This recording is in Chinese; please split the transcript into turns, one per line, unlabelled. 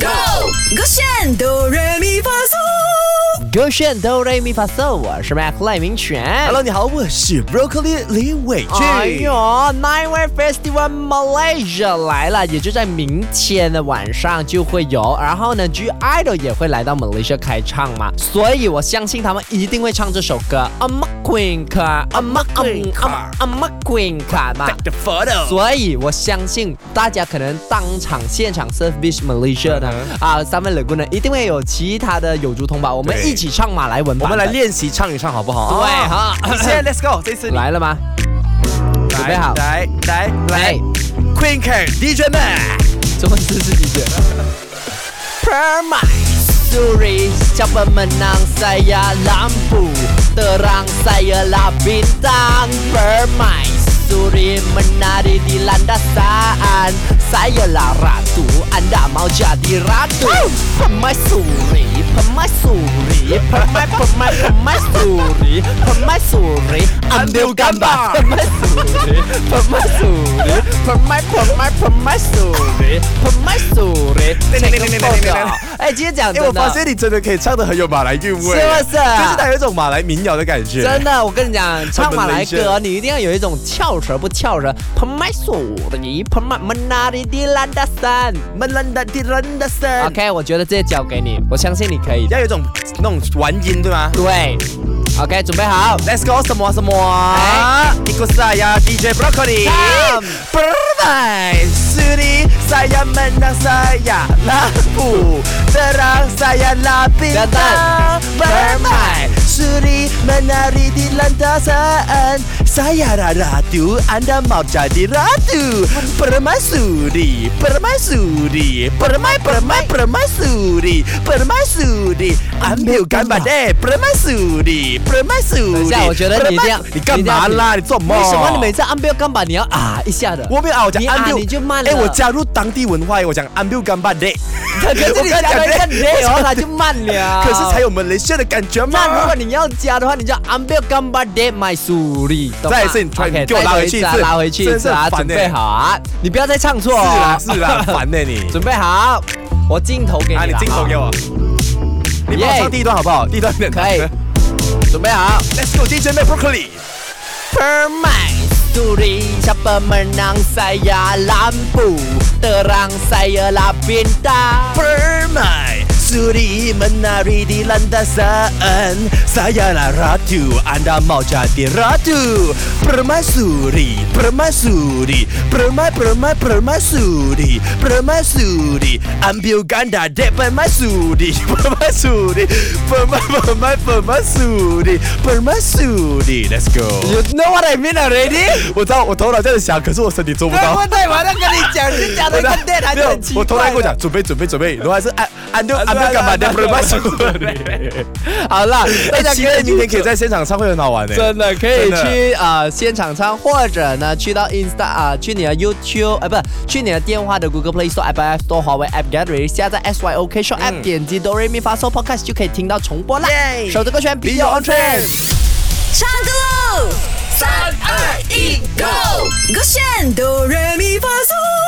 Go，勾选哆来咪发嗦。
勾选哆来咪发嗦，我是 Mac 赖明全。
Hello，你好，我是 Broccoli 李伟俊。
哎呦，Nine Way Festival Malaysia 来了，也就在明天的晚上就会有。然后呢，G Idol 也会来到 Malaysia 开唱嘛，所以我相信他们一定会唱这首歌《Amma Queen Car》，Amma
Queen Car
Amma Queen Car 嘛。
Take the photo。
所以我相信大家可能当场现场 Surf Beach Malaysia
嗯
的啊，三位 l a g 呢一定会有其他的友族同胞，我们
对
一起唱马来文
我
版的。
们来练习唱一唱好不好？
对
啊
哈
你现在 Let's go，这次你
来了吗？准备好
来来来
哎
，Queen Car DJ 们，
怎么支持你姐？Permai Suri siapa menang saya lampu terang saya lah bintang Permai Suri menari di landasan saya lah ratu anda mau jadi ratu Permai Suri Permai Suri Permai Permai Permai Suri Permai Suri ambil gambar Permai Suri Permai Suri Permai Permai Permai Suri Permai Suri 哎，今天讲
哎，
真
我
的
发。现你真的可以唱的很有马来韵味，
是不是啊
就是它有一种马来民谣的感觉。
真的，我跟你讲，唱马来
Malaysia
歌你一定要有一种翘舌不翘舌。Permai suri, permai menari di landasan。
Melanda di Landasan，
OK，我觉得这些交给你，我相信你可以的。
要有一种那种玩音对吗
对，OK，准备好。
？Let's go 什么什么
哎
？Ikut saya DJ Broccoli。
Come
Bermain suri saya menang saya lampu terang saya lah bintang Bermain suri menari di landasan saya lah ratu anda mau jadi ratu Bermain suri bermain suri bermain bermain bermain suri bermain suri ambil gambar deh bermain suri bermain suri
等一下，我觉 得你一定要，
你干嘛啦？你做什么？
为什么你每次按标钢板你要啊一下的？
我没有啊，我讲
你啊
安六，
你就慢了
哎，我加入当地文化，我讲安六干巴的，
可是你
我刚
加
讲
了一个
这
day，然后它就慢了。
可是才。有我们雷炫的感觉
啊那如
嘛
果。你要加的话，你就 ambil gambar de my suri，懂吗
再一次，你突
OK，
然你给我
再
拉回
一
去一
次啊
次，
拉回去一
真
次
是很
啊！
烦
准
呢
备好啊，你不要再唱错
是啦
哦。
是 啦，很烦呢欸你。
准备好，我镜头给你
啊，
了。
你镜头给
我，
我，你帮我
耶
唱第一段好不好？第一段你
可以。准备好。
Let's go DJ Mac Broccoli。
Permai Suri siapa menang saya lampu terang saya lah bintang.
Permai Suri menari di landasan Saya lah ratu Anda mau jadi ratu Permaisuri Permaisuri Permai permai permaisuri Permaisuri Ambil ganda dek permaisuri Permaisuri Permai permai permaisuri Permaisuri Let's go
You know what I mean already？
我知道我头脑这样想，可是我身体做不到。
对不对？我在跟你讲，是讲的跟 d 还
没
是
有
很奇怪的。
我头来跟我讲，准备准备准备，然后还是按按掉
啊
按掉干嘛的，不能卖书。
好了，大
哎，
家
期待明天可以在现场唱，会很好玩的。欸
真的可
真
以
的
去啊、呃现场唱，或者呢去到 Insta 啊、去你的 YouTube 啊、不去你的电话的 Google Play Store、Apple App Store、华为 App Gallery 下载 SYOK Show
嗯
App，、点击哆瑞咪发嗦 Podcast 就可以听到重播啦。
耶
首首歌选 Be
Be
Your
Your
Own Trend。
唱歌喽！三二一，Go！勾选哆来咪发嗦。